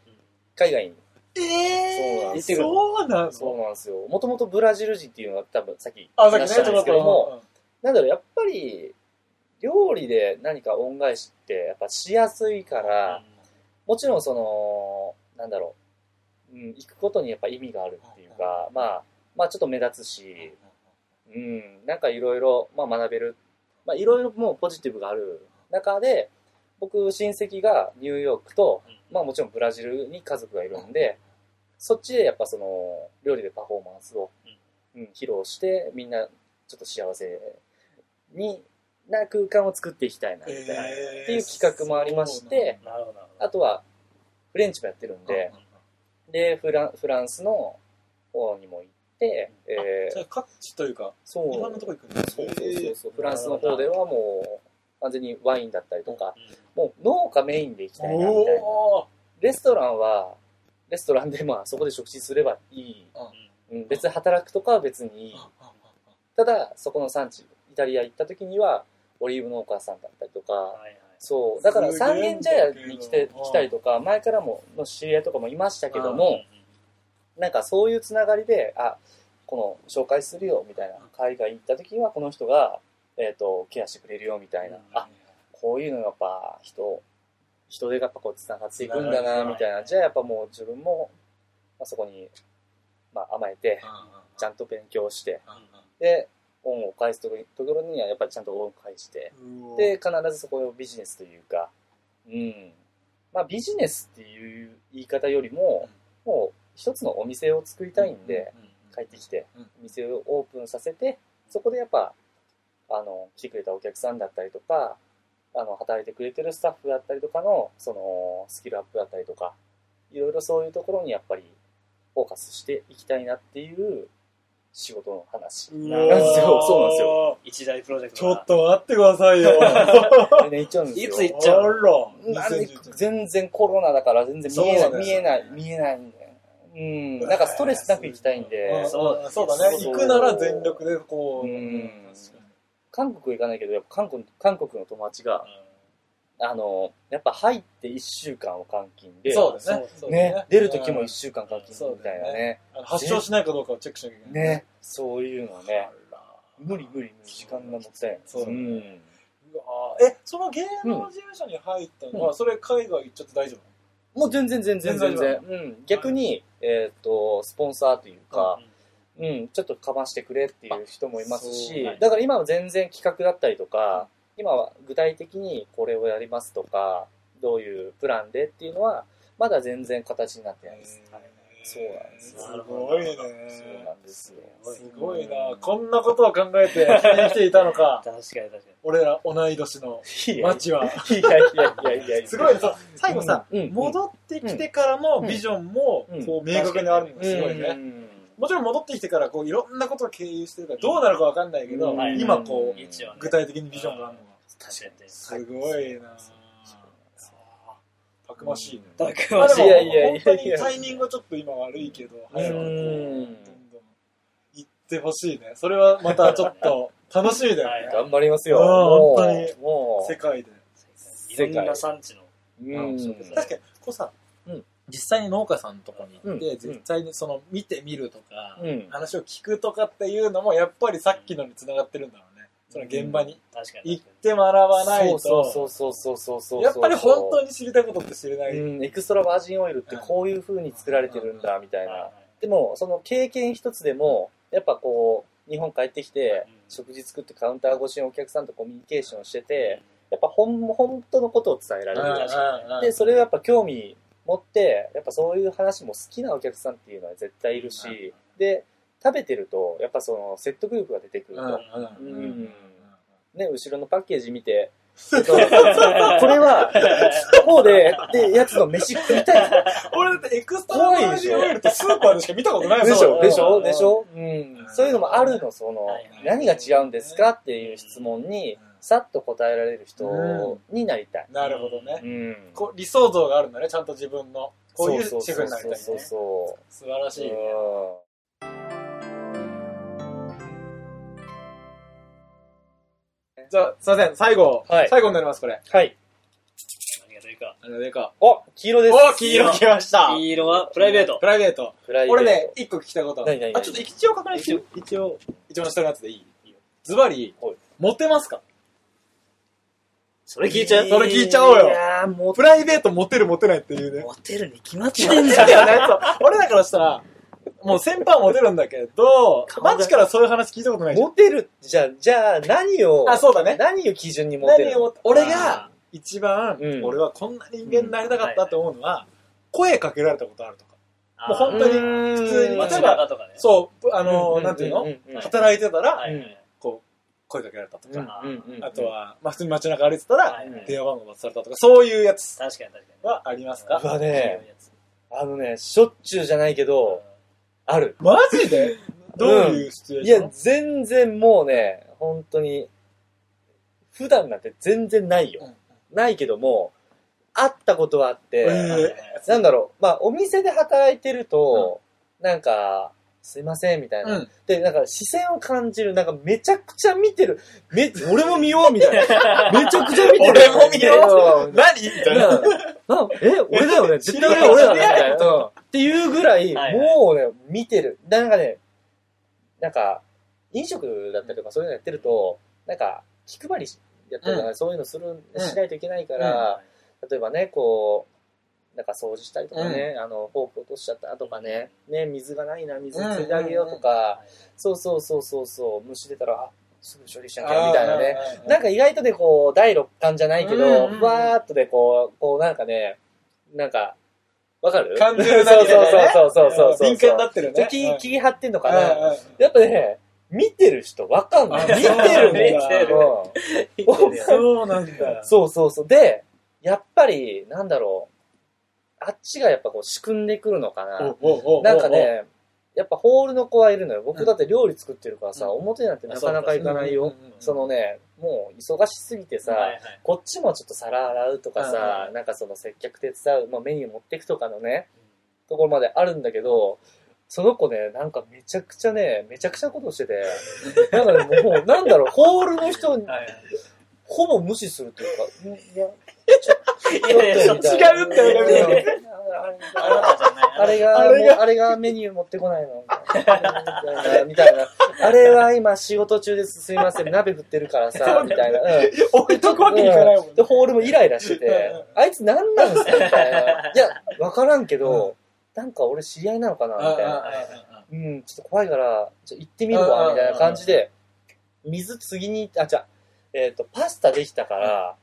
海外に、当えそうなんー、ですよそうなんですそうなんですよ。もともとブラジル人っていうのは多分さっきあ、さっ話きしたね、ちんでょすっけども、と。なんだろう、やっぱり、料理で何か恩返しって、やっぱしやすいから、もちろんその、なんだろう、うん、行くことにやっぱ意味があるっていうか、まあ、まあちょっと目立つし、うん、なんかいろいろ、まあ学べる、まあいろいろもうポジティブがある中で、僕、親戚がニューヨークと、まあもちろんブラジルに家族がいるんで、そっちでやっぱその、料理でパフォーマンスを、うん、披露して、みんなちょっと幸せにな空間を作っていきたいな、みたいな。っていう企画もありまして、なるほどなるほあとは、フレンチもやってるんそうなんだ、、でで、フランフランスの方にも行って、えあじゃーあ各地というか、そう。いろんなとこ行くんだ。そうそうそうそう。フランスの方ではもう、完全にワインだったりとか、どもう農家メインで行きたいな、みたいな。おーレストランは、レストランでまあ、そこで食事すればいい。うん、別に働くとかは別にいい。ただ、そこの産地、イタリア行った時には、オリーブ農家さんだったりとか、はいはいそう。だからすげえ三軒茶屋に来て、来たりとか、前からも、の知り合いとかもいましたけども、なんかそういうつながりで、あ、この紹介するよみたいな、海外行った時はこの人が、えっ、と、ケアしてくれるよみたいな、あ、こういうのがやっぱ人、人でやっぱこうつながっていくんだな、みたいな。じゃあやっぱもう自分も、まあ、そこに、まあ甘えて、ちゃんと勉強して、で、恩を返すところところにはやっぱりちゃんと恩を返して、で、必ずそこをビジネスというか、うん。まあビジネスっていう言い方よりも、もう一つのお店を作りたいんで、帰ってきてうん、店をオープンさせて、そこでやっぱ、あの、来てくれたお客さんだったりとか、あの、働いてくれてるスタッフだったりとかの、その、スキルアップだったりとか、いろいろそういうところにやっぱり、フォーカスしていきたいなっていう仕事の話。うんなんですよそうなんですよ。一大プロジェクちトょがっと待ってくださいよ。でね、一応なんですよ。いつ行っちゃうあら、なんで2011年全然コロナだから全然見えそうなでい、す見えない、見えないんだよ。うん、なんかストレスなく行きたいんで、うんそううんそうだね。そう行くなら全力で、こう。うん韓国行かないけど、やっぱ韓国韓国の友達が、あの、やっぱ入って1週間を監禁で、そうですねそうね出る時も1一緒週間監禁みたいなね。あの発症しないかどうかをチェックしなきゃいけない。ね。そういうのね。あら無理無理無理。時間がもったいない。そうだねん。うわーえ、その芸能事務所に入ったのは、それ海外行っちゃって大丈もう全然全然全全然。うん。逆に、えっと、スポンサーというか、うん、ちょっとかましてくれっていう人もいますあそうしはい、だから今は全然企画だったりとか、今は具体的にこれをやりますとか、どういうプランでっていうのは、まだ全然形になって夫なないんで。ですすそうなんですすよごいね。そうなんですよ。すごいな。こんなことを考えて生きていたのか。確かに確かに。俺ら同い年のいやい町 [LAUGHS] は。やいやいやいやい [LAUGHS] や。すごいね。そう最後さ、うん、うん戻ってきてからのビジョンもうん、こう、明確にあるのがすごいね。もちろん戻ってきてからこういろんなことを経由してるからどうなるかわかんないけど、うんはい今こう一応ね具体的にビジョンがあるのが確かに。すごいなぁたくましいねだかあらでいやいやいやいも本や当にタイミングはちょっと今悪いけど早くこうどうんんどん行ってほしいねそれはまたちょっと楽しみだよね頑張りますよ。うんもう本当も世界でいろんな産地の。う、うん。食材確かにこうさ、うん実際に農家さんのとこに行って、うん絶対にその見てみるとか、うん。話を聞くとかっていうのもやっぱりさっきのにつながってるんだろうねその現場に確かに行っ。て学ばないとそうそうそうそうそうそうそう。やっぱり本当に知りたいことって知れない、うん、エクストラバージンオイルってこういう風に作られてるんだ、みたいな。でも、その経験一つでも、やっぱこう、日本帰ってきてうん、食事作ってカウンター越しにお客さんとコミュニケーションしてて、やっぱ本、本当のことを伝えられるらしい。で、それをやっぱ興味持って、やっぱそういう話も好きなお客さんっていうのは絶対いるし、で、食べてると、やっぱその説得力が出てくると。うんううんんね、後ろのパッケージ見て、えっとこれは、こうで、で、やつの飯食いたい俺だってエクストラバージンオイルってスーパーでしか見たことないもんでしょ、うんでしょ、でしょ、うん、そういうのもあるの、そのはいはい、何が違うんですかっていう質問にうん、さっと答えられる人になりたい。なるほどね、うん。こう理想像があるんだねちゃんと自分のこういうシそうェそフうになりたい、ね、そうそ素晴らう。しいね、うんじゃあすいません最後、はい最後になりますこれはい。何がというか。あのでかお、黄色です。お黄色来ました黄色はプライベートプ。ライベートプライベート俺ね、一個聞きたいことあ何何る。何あ、ちょっと一応確認してよ一応。一番下のやつでいいズバリはい、モテますかそれ聞いちゃうそれ聞いちゃおうよいやーもうプ、ライベートモテるモテないっていうね。モテるに決まって決まってんんじゃん。だよねそう俺だからしたら、もう先輩はモテるんだけど、顔がマジからそういう話聞いたことないじゃんモテる、じゃあ、じゃあ、何を、あそうだね何を基準にモテる何のを俺が、一番うん、俺はこんな人間になりたかったって思うのは、声かけられたことあるとか。もう本当にうーん普通に街中とかね。そう、あのんー、なんていううのんうん働いてたらは、いはい。こう、声かけられたとうか、んうんうんあとは、まあ普通に街中歩いてたらは、いはい電話番号渡されたとか、そういうやつ確かに確かはありますに。うかわね。あのね、しょっちゅうじゃないけど、ある。マジでどういうシチュエーいションや、全然もうね、本当に、普段なんて全然ないよ。ないけども、会ったことはあって、えなんだろう、まあ、お店で働いてると、なんか、すいません、みたいうな。んで、なんか視線を感じる、なんかめちゃくちゃ見てる。め、俺も見よう、みたいな。めちゃくちゃ見てる。俺も見ようう何みたいな。なえ、俺だよね [LAUGHS] 知絶対らない俺だよねみたいな。うんっていうぐらい、はいはいもうね、見てる。なんかね、なんか、飲食だったりとかそういうのやってると、なんか、気配りやったりとか、そういうのする、うんしないといけないから、例えばね、こう、なんか掃除したりとかね、あの、フォーク落としちゃったとかね、ね、水がないな、水ついてあげようとか、そうそうそうそうそう、虫出たら、あすぐ処理しなきゃ、みたいなね。なんか意外とね、こう、第六感じゃないけうんど、うんうんわーっとで、こう、こうなんかね、なんか、わかる感じそうるだけでねそうそうそうそうそうそう。敏感になってるちょねっと。気、気張ってんのうかんなやっぱね、見てる人わかんない。あ見てるね。見てるううんうんそうなんだん。そうそうそう。で、やっぱり、なんだろう、あっちがやっぱこう仕組んでくるのかな。なんか、ね、やっぱホールの子はいるのよ。僕だって料理作ってるからさ、うん表になってなかなか行かないよ。そのね、もう忙しすぎてさ、こっちもちょっと皿洗うとかさ、うなんかその接客手伝う、まあ、メニュー持ってくとかのね、ところまであるんだけど、その子ね、なんかめちゃくちゃね、めちゃくちゃなことしてて、なんかね、もう、なんだろう、ホールの人に、ほぼ無視するというか、んいや、いやいや、そっちが違うんだよねね。あなたじゃない。あれが、ああれれががあれがメニュー持ってこないのみたいな。みたいな。あれは今仕事中です。すいません。鍋振ってるからさ、みたいな。うん置いとくわけにいかないもんで、ね。ホールもイライラしててうんうん、あいつ何なんすかみたいな。 [LAUGHS] いや、わからんけど、なんか俺知り合いなのかなみたいな。うん、ちょっと怖いから、ちょっと行ってみるうんうんわ、うんみたいな感じで、水次に、あ、じゃあえっ、と、パスタできたから、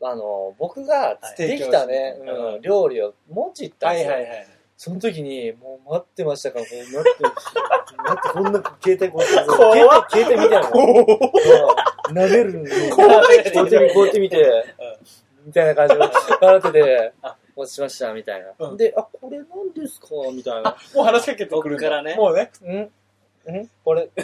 あの、僕がはいできたね、提供してうん料理を持ち行ったんはですいよ。はいはい。その時に、もう待ってましたから、もう待って、待って、こんな携帯こうやって、怖っ携帯、携帯見たの。うん舐めるのに、こ怖いこうやって見、こうやって見て、みたいな感じで、笑ってて、落ちました、みたいな。うんで、あ、これなんですかみたいな。もう話しかけてくる僕んからねだもうね。んんこれ、う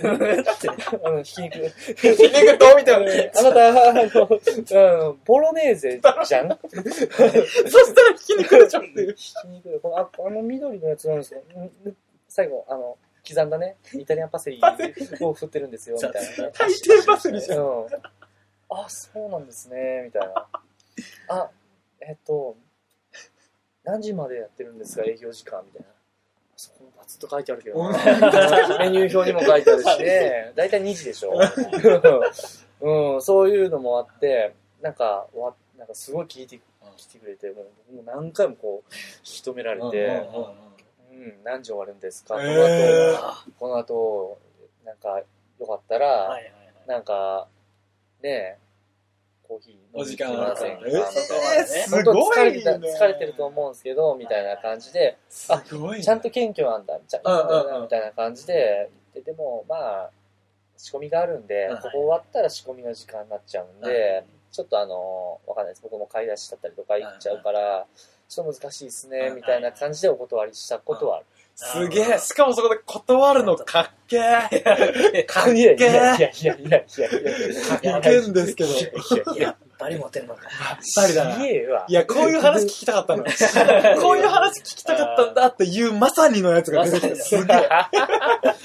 ん、ひき肉。ひねくどうみたいな。あなた、あの、うん、ボロネーゼじゃんそしたらひき肉出ちゃってる。ひき肉このあ、あの緑のやつなんですよ。うん最後、あの、刻んだね、イタリアンパセリを振ってるんですよ、みたいなね。大抵バスにしゃうん。あ、そうなんですね、みたいな。あ、えっと、何時までやってるんですか、営業時間みたいな。そこもバツッと書いてあるけどな、 [LAUGHS] メニュー表にも書いてあるしね、だいたい2時でしょ。うん、そういうのもあって、なんか、わなんかすごい聞いてきてくれて、もうもう何回もこう、引き止められて、うん、何時終わるんですか、この後、えこの後、なんか、よかったはら、いはいなんか、ねえ、コーヒーお飲み時間に行きがまあせるんかえとかー、す本当ご疲れいてね。た疲れてると思うんですけど、みたいな感じで、すごいね。ちゃんと謙虚なんだ、ちゃうんうんうんみたいな感じで、ででも、まあ、仕込みがあるんでうん、ここ終わったら仕込みの時間になっちゃうんで、ちょっとあの、わかんないです。僕も買い出しだったりとか行っちゃうから、ちょっと難しいですねう、んみたいな感じでお断りしたことはある。すげえ。しかもそこで断るのかっけえ。かっいけやえ。いやいやいやいやいやいやかっけえんですけど。はい。やっぱりモテるのか。誰だすげえわい。や、こういう話聞きたかっ [LAUGHS] たのよ。こういう話聞きたかったんだっていうまさにのやつが出てきた。すげえ。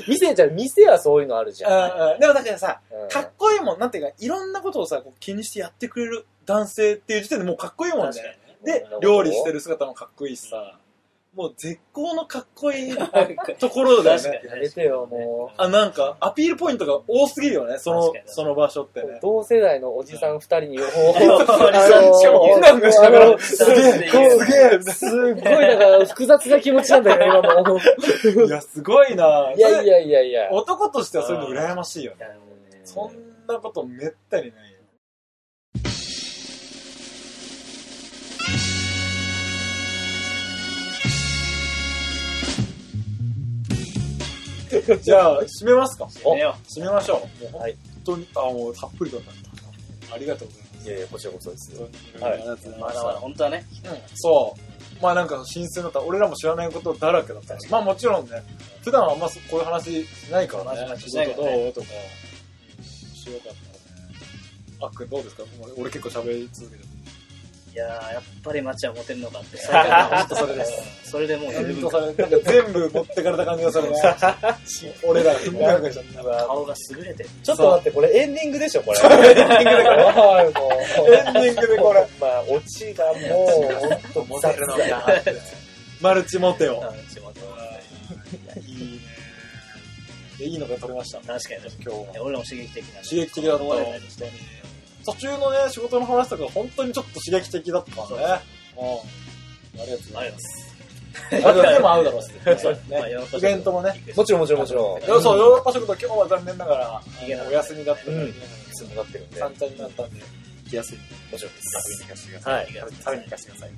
店じゃん、店はそういうのあるじゃん。うんうんでもだからさ、うんかっこいいもん、なんていうか、いろんなことをさ、こう気にしてやってくれる男性っていう時点でもうかっこいいもんね。で、料理してる姿もかっこいいしさ、もう絶好のかっこいいところだよ確かね。に。やめてよ、もあ、なんか、アピールポイントが多すぎるよね、その確か、にその場所ってう。ね。同世代のおじさん二人に、ほうあ [LAUGHS] のしかもあのなんかしながあら、のすげえ、すすっごい、だから複雑な気持ちなんだよね、今も。げえ。いや、すごいないやいや、やいやいや。男としてはそういうの羨ましいよね。そそんんなことめったに [LAUGHS] ないよ。じゃあ、締めますか。おねよ締めましょう。もうはい本当に、あ、もうたっぷりとなった。ありがとうございます。いやいや、こちらこそですよ。本当に、ありがとうございままだしまだ、本当はね。た。うんそう。まあなんか新鮮だった。俺らも知らないことだらけだったし。まあもちろんね、普段はあんまそこういう話しないからね。話しないからねどうとか。面白かったね。あっくんどうですかもう俺結構喋り続けていやー、やっぱり街はモテるのかって。それからずっとそれです。それでもうる。十分ほんとさなんか全部持ってかれた感じ [LAUGHS] がするね。俺ら、なんかちょっと顔が優れてる。ちょっと待って、これエンディングでしょ、これ。 [LAUGHS] エンディングだから。もうエンディングでこれ。まあ、オチがもう、ほんとモテるのか。マルチモテを。うんちょっと待っていいね。でいいのが取れました。確かに確か今日はに。。俺らも刺激的な。刺激的だった思われたりして。途中のね、仕事の話とか本当にちょっと刺激的だったからね。うん。ありがとうごありがとうございざいます。ます。あれだけも合うだろうし。そうですね [LAUGHS] ねイベントもね。もちろんもちろんもちろん。そう、ヨーロッパ食堂今日は残念ながらいけなかっ、たお休みだったからうんね。いつもなってるんで。三茶になったんで、来やすい。もちろんです。はい。食べに行かせてください。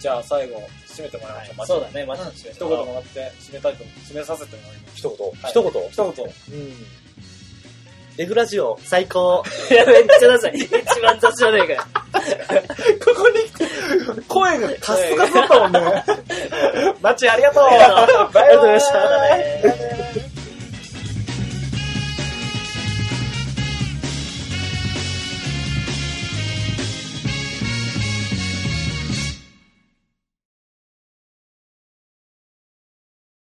じゃあ最後、締めてもらいましょそう。うだね、ま街ずの締めうん一言もらって、締めたいと、締めさせてもらいます。一言、はい一言一言。うん。レフラジオ、最高。いや、めっちゃダサい。一番雑じゃねえかよ。ここに来て、声 [LAUGHS] がカスカスだったもんね。マッチありがとうありがとう [LAUGHS] バイバイありがとうございましたまたねバイバイ